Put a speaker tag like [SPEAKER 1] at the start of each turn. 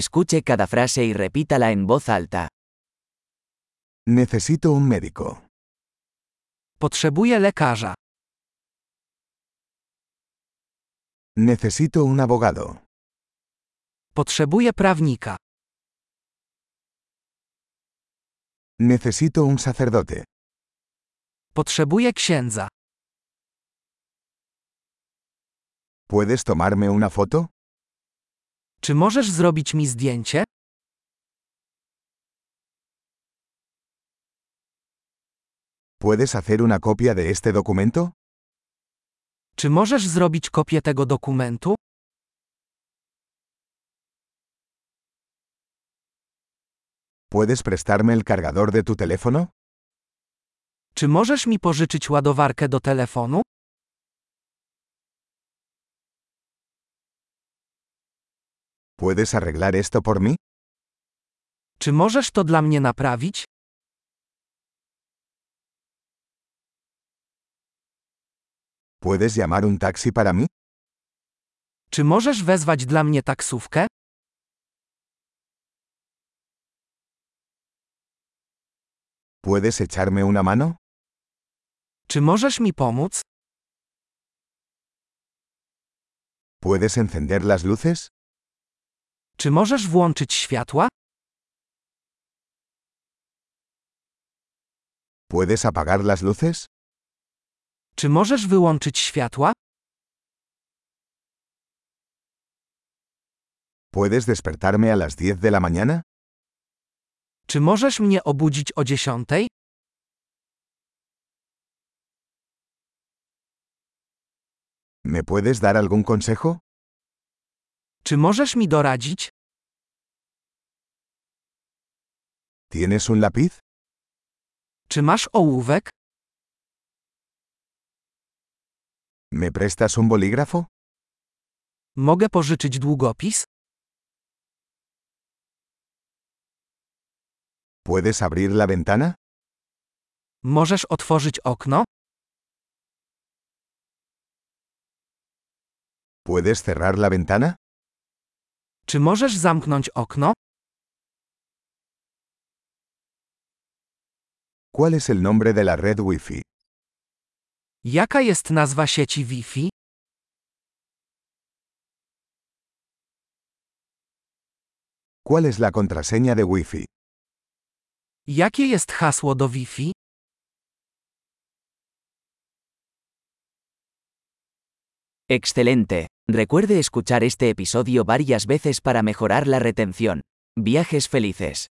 [SPEAKER 1] Escuche cada frase y repítala en voz alta.
[SPEAKER 2] Necesito un médico.
[SPEAKER 3] Potrzebuję lekarza.
[SPEAKER 2] Necesito un abogado.
[SPEAKER 3] Potrzebuję prawnika.
[SPEAKER 2] Necesito un sacerdote.
[SPEAKER 3] Potrzebuję księdza.
[SPEAKER 2] ¿Puedes tomarme una foto?
[SPEAKER 3] Czy możesz zrobić mi zdjęcie?
[SPEAKER 2] ¿Puedes hacer una copia de este documento?
[SPEAKER 3] Czy możesz zrobić kopię tego dokumentu?
[SPEAKER 2] ¿Puedes prestarme el cargador de tu teléfono?
[SPEAKER 3] Czy możesz mi pożyczyć ładowarkę do telefonu?
[SPEAKER 2] ¿Puedes arreglar esto por mí?
[SPEAKER 3] Czy możesz to dla mnie naprawić?
[SPEAKER 2] ¿Puedes llamar un taxi para mí?
[SPEAKER 3] Czy możesz wezwać dla mnie taksówkę?
[SPEAKER 2] ¿Puedes echarme una mano?
[SPEAKER 3] Czy możesz mi pomóc?
[SPEAKER 2] ¿Puedes encender las luces?
[SPEAKER 3] Czy możesz włączyć światła?
[SPEAKER 2] ¿Puedes apagar las luces?
[SPEAKER 3] Czy możesz wyłączyć światła?
[SPEAKER 2] ¿Puedes despertarme a las 10 de la mañana?
[SPEAKER 3] Czy możesz mnie obudzić o dziesiątej?
[SPEAKER 2] ¿Me puedes dar algún consejo?
[SPEAKER 3] Czy możesz mi doradzić?
[SPEAKER 2] ¿Tienes un lápiz?
[SPEAKER 3] Czy masz ołówek?
[SPEAKER 2] ¿Me prestas un bolígrafo?
[SPEAKER 3] Mogę pożyczyć długopis?
[SPEAKER 2] ¿Puedes abrir la ventana?
[SPEAKER 3] Możesz otworzyć okno?
[SPEAKER 2] ¿Puedes cerrar la ventana?
[SPEAKER 3] Czy możesz zamknąć okno?
[SPEAKER 2] ¿Cuál es el nombre de la red Wi-Fi?
[SPEAKER 3] Jaka jest nazwa sieci Wi-Fi?
[SPEAKER 2] ¿Cuál es la contraseña de Wi-Fi?
[SPEAKER 3] Jakie jest hasło do Wi-Fi?
[SPEAKER 1] Excelente. Recuerde escuchar este episodio varias veces para mejorar la retención. Viajes felices.